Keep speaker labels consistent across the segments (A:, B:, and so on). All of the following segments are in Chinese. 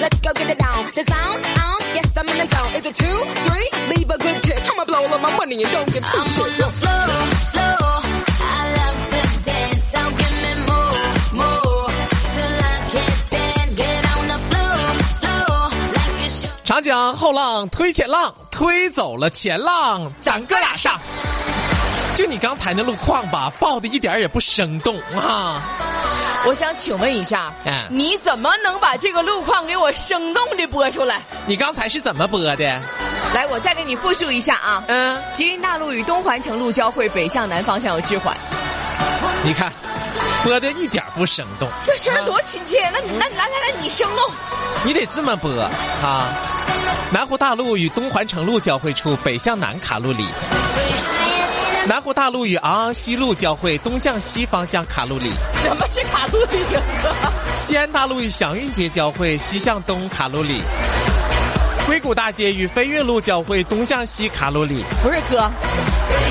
A: let's go get it on. The zone, on, yes, I'm in the zone. Is it two, three? Leave a good tip. I'ma blow all of my money and don't give two
B: I'm on
A: shits.
B: the floor, floor. I love to dance, so give me more, more. Till I can't stand, get on the floor, floor. Like it's your
C: 长江后浪推前浪，推走了前浪，咱哥俩上。就你刚才那路况吧，报的一点儿也不生动啊！
D: 我想请问一下，
C: 嗯
D: 你怎么能把这个路况给我生动的播出来？
C: 你刚才是怎么播的？
D: 来，我再给你复述一下啊。
C: 嗯，
D: 吉林大路与东环城路交汇，北向南方向有滞缓。
C: 你看，播的一点儿不生动，
D: 这声儿多亲切！那你那你来来来，你生动。
C: 你得这么播啊！南湖大路与东环城路交汇处，北向南卡路里；南湖大路与昂昂西路交汇，东向西方向卡路里；
D: 什么是卡路里啊？
C: 西安大路与祥运街交汇，西向东卡路里；硅谷大街与飞运路交汇，东向西卡路里。
D: 不是哥，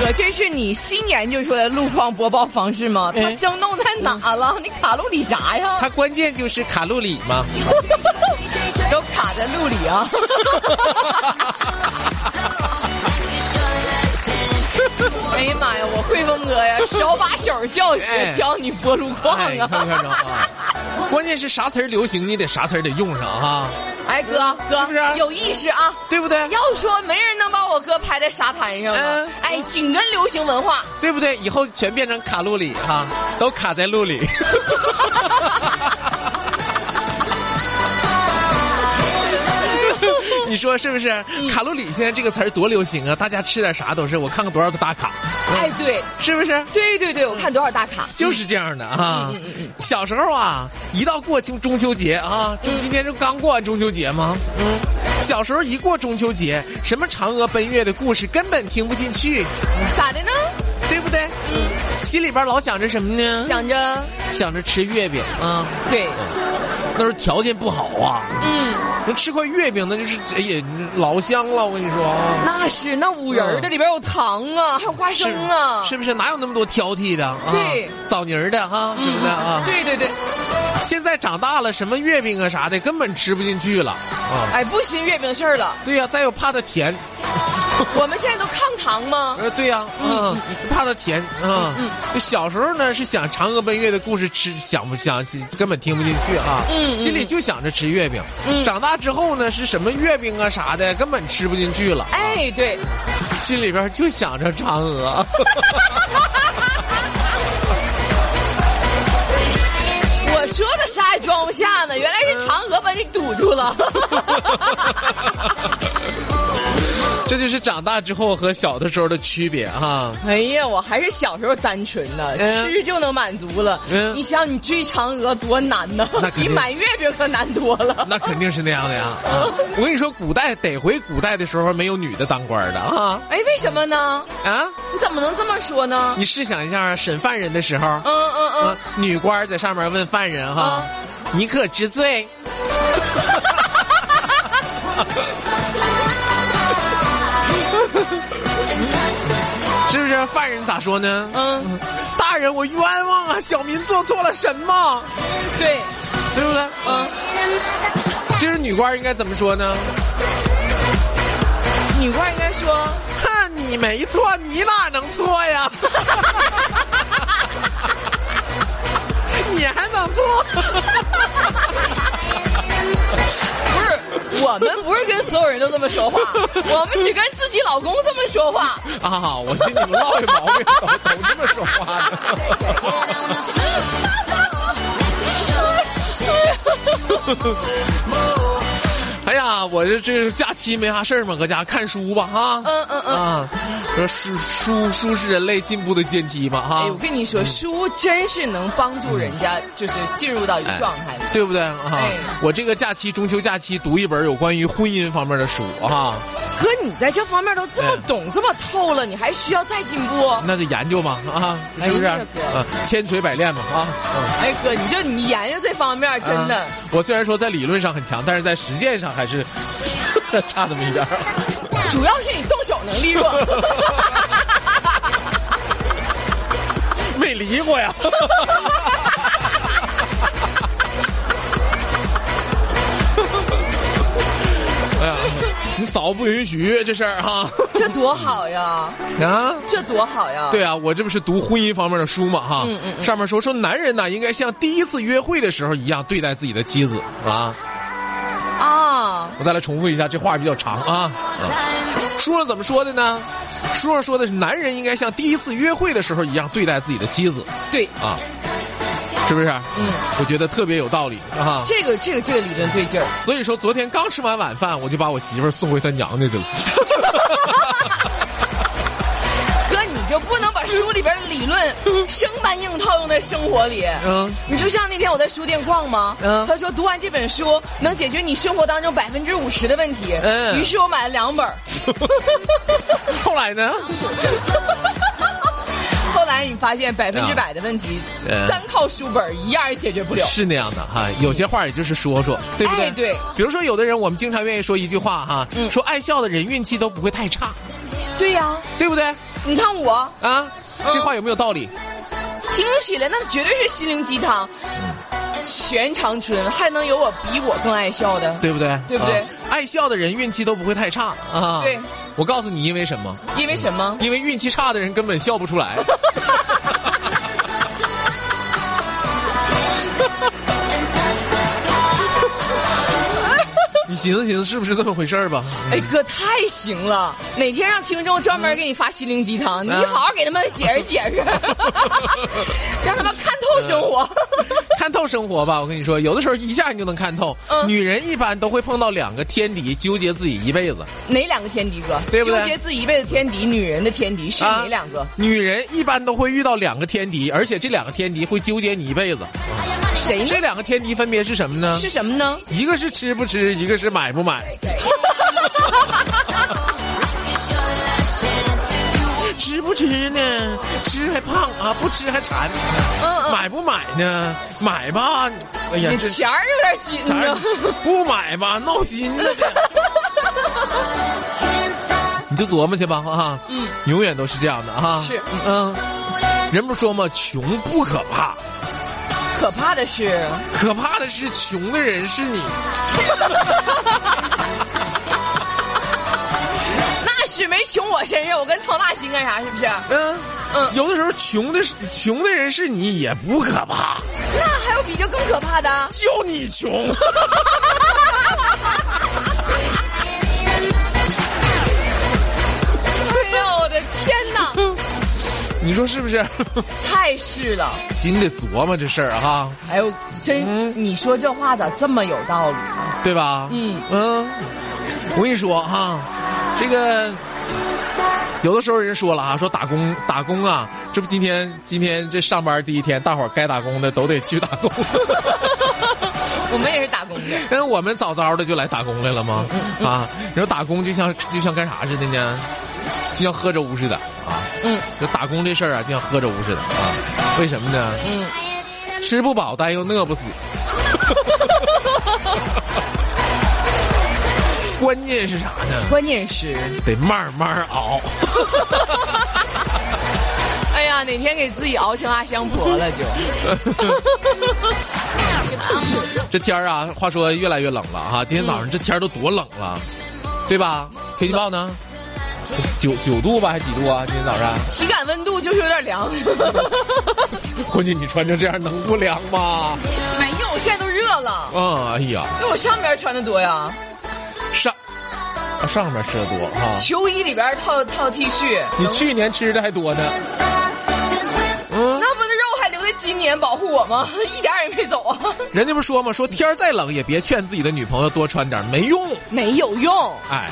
D: 哥，这是你新研究出来的路况播报方式吗？它
C: 哎
D: 生动在哪了？你卡路里啥呀？
C: 它关键就是卡路里嘛。
D: 都卡在路里啊！ 哎呀妈呀，我会峰哥呀，手把手教学
C: 哎
D: 教你播路况
C: 哎，你看看
D: 啊！
C: 着啊，关键是啥词儿流行，你得啥词儿得用上啊，
D: 哎哥哥
C: 是不是
D: 有意识啊！
C: 对不对？
D: 要说没人能把我哥拍在沙滩上啊
C: 嗯！
D: 哎，紧跟流行文化。
C: 对不对？以后全变成卡路里哈、都卡在路里。 你说是不是？卡路里现在这个词儿多流行啊！大家吃点啥都是，我看看多少个大卡，
D: 哎，对
C: 是不是？
D: 对对对，我看多少大卡。
C: 就是这样的啊。
D: 嗯
C: 小时候啊，一到过清中秋节啊，
D: 嗯
C: 今天这不刚过完中秋节吗？嗯，小时候一过中秋节，什么嫦娥奔月的故事根本听不进去，
D: 咋的呢？
C: 对不对？心里边老想着什么呢？
D: 嗯想着
C: 想着吃月饼啊，
D: 对，
C: 那时候条件不好啊，
D: 嗯，
C: 能吃块月饼那就是哎呀老香了，我跟你说啊，
D: 那是那五仁儿的里边有糖啊，还有花生啊，
C: 嗯是不是？哪有那么多挑剔的啊？
D: 对嗯
C: 枣泥儿的哈、什么的啊。
D: 对对对，
C: 现在长大了，什么月饼啊啥的根本吃不进去了啊。
D: 哎，不信月饼事儿 了。
C: 对呀、再有怕它甜，
D: 我们现在都抗糖吗？
C: 呃，对呀、嗯，怕它甜啊。就小时候呢是想嫦娥奔月的故事吃，想不想根本听不进去啊，
D: 嗯嗯
C: 心里就想着吃月饼。长大之后呢是什么月饼啊啥的根本吃不进去了。
D: 哎，对，
C: 心里边就想着嫦娥。
D: 我说的啥也装不下呢，原来是嫦娥把你堵住 了。
C: 这就是长大之后和小的时候的区别啊哈、
D: 哎呀，我还是小时候单纯呢，
C: 嗯
D: 吃就能满足了。
C: 嗯
D: 你想，你追嫦娥多难呢
C: 那？肯
D: 比
C: 定
D: 买月饼可难多了。
C: 那肯定是那样的呀。啊、我跟你说，古代得回古代的时候，没有女的当官的啊
D: 哎，为什么呢？
C: 啊！
D: 你怎么能这么说呢？
C: 你试想一下啊，审犯人的时候，
D: 嗯嗯嗯
C: 啊，女官在上面问犯人哈、你可知罪？ 是不是犯人咋说呢？
D: 嗯，
C: 大人，我冤枉啊！小民做错了什么？
D: 对，
C: 对不对？
D: 嗯，
C: 这是女官应该怎么说呢？
D: 女官应该说，
C: 哼，你没错，你哪能错呀？ 你还能错？
D: 不是，我们不是跟所有人都这么 说话，我们只跟自己老公这么说话。
C: 啊！我寻思你们落下毛病，怎么都这么说话呢？哎呀，我这这假期没啥事儿嘛，搁家看书吧哈。
D: 嗯嗯嗯。
C: 啊，说书书书是人类进步的阶梯嘛哈
D: 哎，。我跟你说，书真是能帮助人家，就是进入到一个状态里。
C: 对不对啊、
D: 哎
C: 我这个假期中秋假期读一本有关于婚姻方面的书啊，
D: 可你在这方面都这么
C: 哎
D: 懂、这么透了，你还需要再进步？
C: 那就研究嘛啊，是不是？
D: 哎
C: 啊
D: 呀，
C: 千锤百炼嘛啊。嗯
D: 哎哥，你就你研究这方面 真的，
C: 啊我虽然说在理论上很强，但是在实践上还是 差那么一点儿。
D: 主要是你动手能力弱。
C: 没离过呀。哎你嫂子不允许这事儿哈
D: 这多好呀，
C: 啊。
D: 这多好呀！
C: 对啊，我这不是读婚姻方面的书嘛哈，
D: 嗯嗯
C: 上面说说男人呢应该像第一次约会的时候一样对待自己的妻子啊。
D: 啊，
C: 我再来重复一下，这话比较长啊。书上怎么说的呢？书上说的是男人应该像第一次约会的时候一样对待自己的妻子
D: 对，
C: 啊，是不是？嗯，我觉得特别有道理啊。
D: 这个这个这个理论对劲儿。
C: 所以说，昨天刚吃完晚饭，我就把我媳妇儿送回她娘家去 了。
D: 哥，你就不能把书里边的理论生搬硬套用在生活里？
C: 嗯，
D: 你就像那天我在书店逛吗？
C: 嗯
D: 他说读完这本书能解决你生活当中百分之五十的问题。
C: 嗯
D: 于是我买了两本儿。
C: 后来呢？
D: 后来你发现百分之百的问题
C: 嗯，
D: 单靠书本儿一样也解决不了。
C: 是那样的哈，有些话也就是说说，对不对？
D: 哎对。
C: 比如说，有的人我们经常愿意说一句话哈，
D: 嗯
C: 说爱笑的人运气都不会太差，
D: 对呀、
C: 对不对？
D: 你看我
C: 啊，这话有没有道理？
D: 听起来那绝对是心灵鸡汤。
C: 嗯
D: 全长春还能有我比我更爱笑的？
C: 对不对？
D: 对不对
C: 啊爱笑的人运气都不会太差啊。
D: 对。
C: 我告诉你，因为什么？
D: 因为什么？
C: 因为运气差的人根本笑不出 来。你寻思寻思，是不是这么回事儿吧？
D: 哎哥，太行了！哪天让听众专门给你发心灵鸡汤，你
C: 嗯
D: 好好给他们解释解 释，让他们看透生活。
C: 看透生活吧，我跟你说，有的时候一下你就能看透。
D: 嗯
C: 女人一般都会碰到两个天敌，纠结自己一辈子。
D: 哪两个天敌哥？
C: 对不对
D: 纠结自己一辈子天敌，女人的天敌是哪两个？
C: 啊女人一般都会遇到两个天敌，而且这两个天敌会纠结你一辈子。
D: 谁呢
C: 这？两个天敌分别是什么呢？
D: 是什么呢？
C: 一个是吃不吃，一个是买不买。 吃不吃呢？吃还胖啊，不吃还馋。
D: 嗯嗯，
C: 买不买呢？买吧。哎呀，
D: 你啊
C: 这
D: 钱儿有点紧
C: 咱
D: 呢。
C: 不买吧，闹心呢。 这你就琢磨去吧啊。嗯，永远都是这样的啊。
D: 是
C: 嗯，人不说吗？穷不可怕，
D: 可怕的是，
C: 可怕的是穷的人是你。
D: 那是没穷我身上，我跟曹大兴干啥？是不是？
C: 嗯
D: 嗯
C: 有的时候穷的是穷的人是你也不可怕，
D: 那还有比这更可怕的？
C: 就你穷。
D: 哎呦我的天哪，
C: 你说是不是？
D: 太是了！
C: 你得琢磨这事儿哈，
D: 哎呦，真，你说这话咋这么有道理呢？
C: 对吧？
D: 嗯
C: 嗯，我跟你说哈，这个有的时候人说了啊，说打工打工啊，这不今天今天这上班第一天，大伙儿该打工的都得去打工。
D: 我们也是打工的，
C: 那我们早早的就来打工来了吗？
D: 嗯
C: 啊，你说打工就像就像干啥似的呢？就像喝粥似的啊。
D: 嗯，
C: 就打工这事儿啊，就像喝粥似的啊。为什么呢？
D: 嗯，
C: 吃不饱但又 饿不死。关键是啥呢？
D: 关键是，
C: 得慢慢熬。
D: 哎呀，哪天给自己熬成阿香婆了 就。
C: 这天儿啊，话说越来越冷了哈、今天早
D: 嗯
C: 上这天儿都多冷了，对吧？天气预报呢？九九度吧，还是几度啊？今天早上？
D: 体感温度就是有点凉，
C: 关键你穿成这样能不凉吗？
D: 没有，现在都热了，
C: 啊，哎呀，
D: 因为我上边穿的多呀，
C: 上啊上面吃的多哈、
D: 球衣里边套套 T 恤，
C: 你去年吃的还多呢。嗯，
D: 那不那肉还留在今年保护我吗？ 一点儿也没走啊，
C: 人家不说吗？说天儿再冷也别劝自己的女朋友多穿点儿，没用，
D: 没有用，
C: 哎，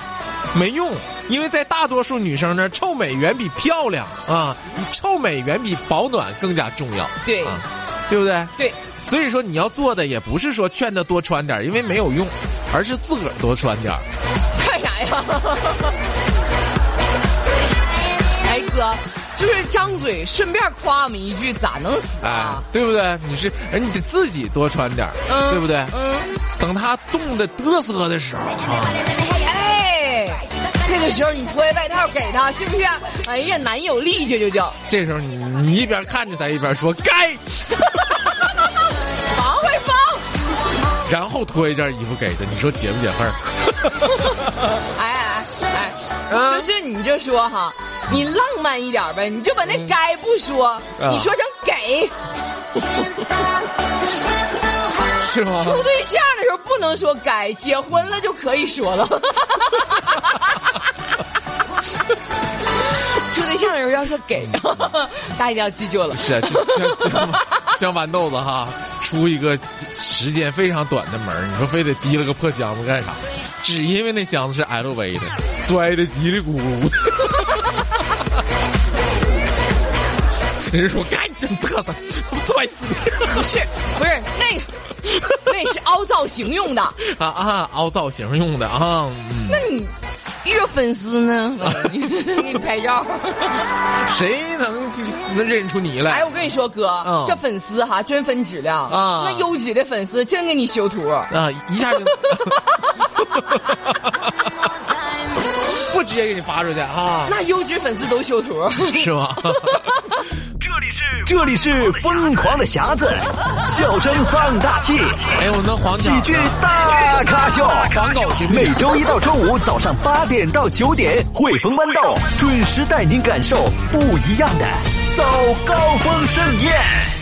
C: 没用，因为在大多数女生那儿，臭美远比漂亮啊，臭美远比保暖更加重要。
D: 对
C: 啊，对不对？
D: 对，
C: 所以说你要做的也不是说劝她多穿点儿，因为没有用，而是自个儿多穿点儿。
D: 干啥 呀？哎哥，就是张嘴顺便夸我们一句，咋能死
C: 哎
D: 啊？，
C: 对不对？你是，而你得自己多穿点儿，
D: 嗯
C: 对不对？
D: 嗯，
C: 等他冻得嘚瑟的时候，啊，
D: 哎，这个时候你脱下外套给他，是不是？哎呀，男友力这就叫
C: 这时候你你一边看着他一边说该，
D: 哎王慧芳。
C: 然后脱一件衣服给的，你说解不解恨儿？
D: 哎哎哎，
C: 嗯
D: 就是你就说哈，你浪漫一点呗，你就把那该不说，
C: 嗯
D: 你说成给。
C: 是吗？
D: 处对象的时候不能说该，结婚了就可以 说了。处对象的时候要说给， 大家一定要记住了。
C: 嗯是啊，就 像像像豌豆子哈，出一个时间非常短的门儿，你说非得提了个破箱子干啥？只因为那箱子是 LV 的，摔的叽里咕噜的。人家说：“干你这嘚瑟，摔死
D: 不是不是那个，那是凹造型用的。
C: 你！”啊啊，凹造型用的啊，嗯，
D: 那你遇着粉 丝呢？你给你拍照。
C: 谁能记能认出你来
D: 哎，？我跟你说，哥，
C: 嗯
D: 这粉丝哈真分质量
C: 啊
D: 那优质的粉丝真给你修图。
C: 啊，一下就 不直接给你发出去啊？
D: 那优质粉丝都修图，
C: 是吗？
E: 这里是疯狂的匣子，笑声放大器，
C: 哎，我那黄
E: 喜
C: 角呢
E: 剧大咖秀。
C: 黄狗行不
E: 每
C: 行？
E: 周一到周五早上八点到九点，汇丰豌豆准时带您感受不一样的早高峰盛宴。